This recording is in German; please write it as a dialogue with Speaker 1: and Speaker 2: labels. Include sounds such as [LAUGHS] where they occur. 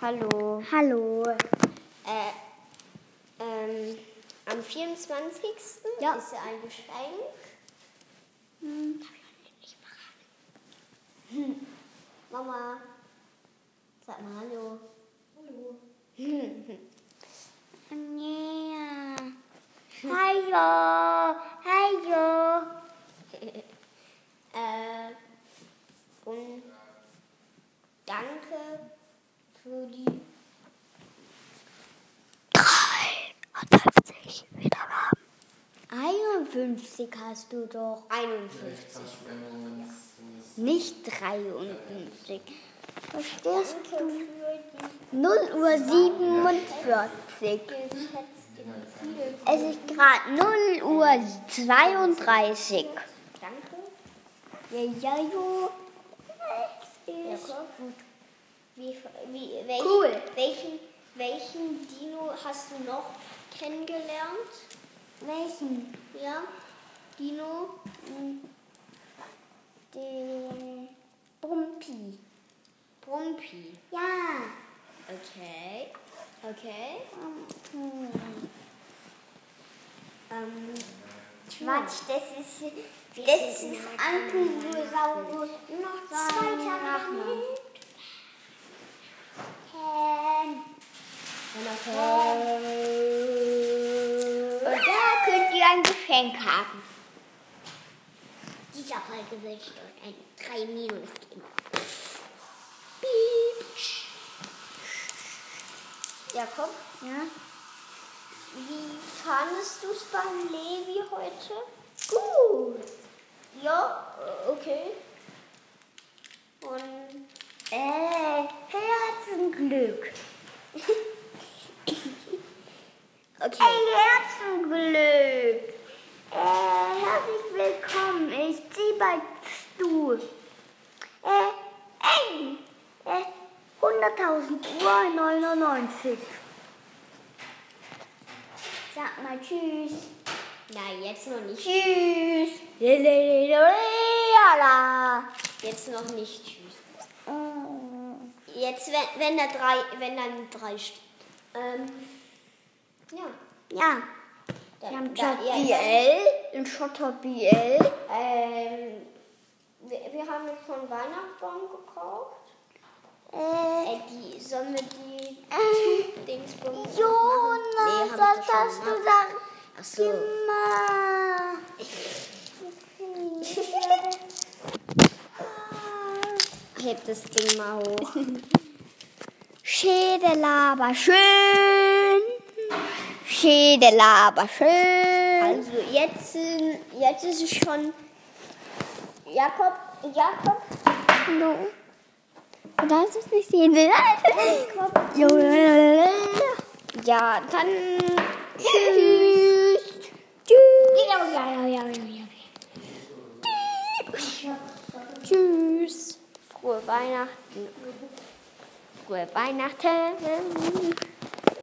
Speaker 1: Hallo.
Speaker 2: Hallo.
Speaker 1: Äh, ähm, am 24.
Speaker 2: Ja.
Speaker 1: ist ein Geschenk.
Speaker 2: Hm,
Speaker 1: Hm. Mama, sag mal Hallo. Hallo.
Speaker 2: yeah.
Speaker 1: Hm.
Speaker 2: Hallo. Hallo.
Speaker 1: [LAUGHS] äh, und danke für die
Speaker 2: 53 Wiedergaben. 51 hast du doch.
Speaker 1: 51.
Speaker 2: Nicht 53. Verstehst
Speaker 1: Danke für die
Speaker 2: 0 Uhr 47.
Speaker 1: geschätzten vielen
Speaker 2: Es ist gerade 0 Uhr 32.
Speaker 1: Danke.
Speaker 2: Ja, ja, jo.
Speaker 1: Ja, gut. Wie, wie, welchen,
Speaker 2: Cool.
Speaker 1: Welchen, welchen Dino hast du noch kennengelernt?
Speaker 2: Welchen?
Speaker 1: Ja, Dino. hm,
Speaker 2: Den Brumpi.
Speaker 1: Brumpi.
Speaker 2: Ja.
Speaker 1: Okay. Okay.
Speaker 2: Ähm,
Speaker 1: Matsch, das ist.
Speaker 2: das ist Ankylosaurus.
Speaker 1: Noch
Speaker 2: zweiter Planet. Ähm, und da könnt ihr ein Geschenk haben.
Speaker 1: Dieser Folge wünsche ich euch ein 3 Minus geben. Jakob,
Speaker 2: Ja.
Speaker 1: wie fandest du es beim Levi heute? Gut. Ja, äh, okay. Und
Speaker 2: Äh, Herzenglück.
Speaker 1: okay.
Speaker 2: Ein Herzenglück. Äh, herzlich willkommen. Ich ziehe bei Stuhl. Äh, eng. Äh, 100.000 Uhr 99. Sag mal Tschüss.
Speaker 1: Nein, jetzt noch nicht.
Speaker 2: Tschüss. Lelelelelelala.
Speaker 1: Jetzt noch nicht. Tschüss.
Speaker 2: Mm.
Speaker 1: Jetzt, wenn, wenn da drei, wenn dann drei steht. Ähm, ja.
Speaker 2: Ja,
Speaker 1: Da,
Speaker 2: wir haben
Speaker 1: da,
Speaker 2: Schotter
Speaker 1: ja, ja.
Speaker 2: BL. In Schotter BL.
Speaker 1: Ähm, wir, wir haben jetzt schon Weihnachtsbaum gekauft.
Speaker 2: Äh,
Speaker 1: Äh, die, sollen wir die
Speaker 2: Äh,
Speaker 1: Dingsbums
Speaker 2: Jonas,
Speaker 1: Nee, hab ich doch
Speaker 2: was
Speaker 1: schon
Speaker 2: hast du
Speaker 1: gemacht.
Speaker 2: da
Speaker 1: Ach so.
Speaker 2: gemacht?
Speaker 1: Heb das Ding mal hoch.
Speaker 2: [LAUGHS] Schädelaber schön. Schädelaber schön.
Speaker 1: Also jetzt, ähm, jetzt ist es schon Jakob, Jakob,
Speaker 2: No. Du darfst es nicht sehen. [LAUGHS] Ja, dann tschüss. Tschüss. Tschüss.
Speaker 1: frohe Weihnachten. Frohe Weihnachten.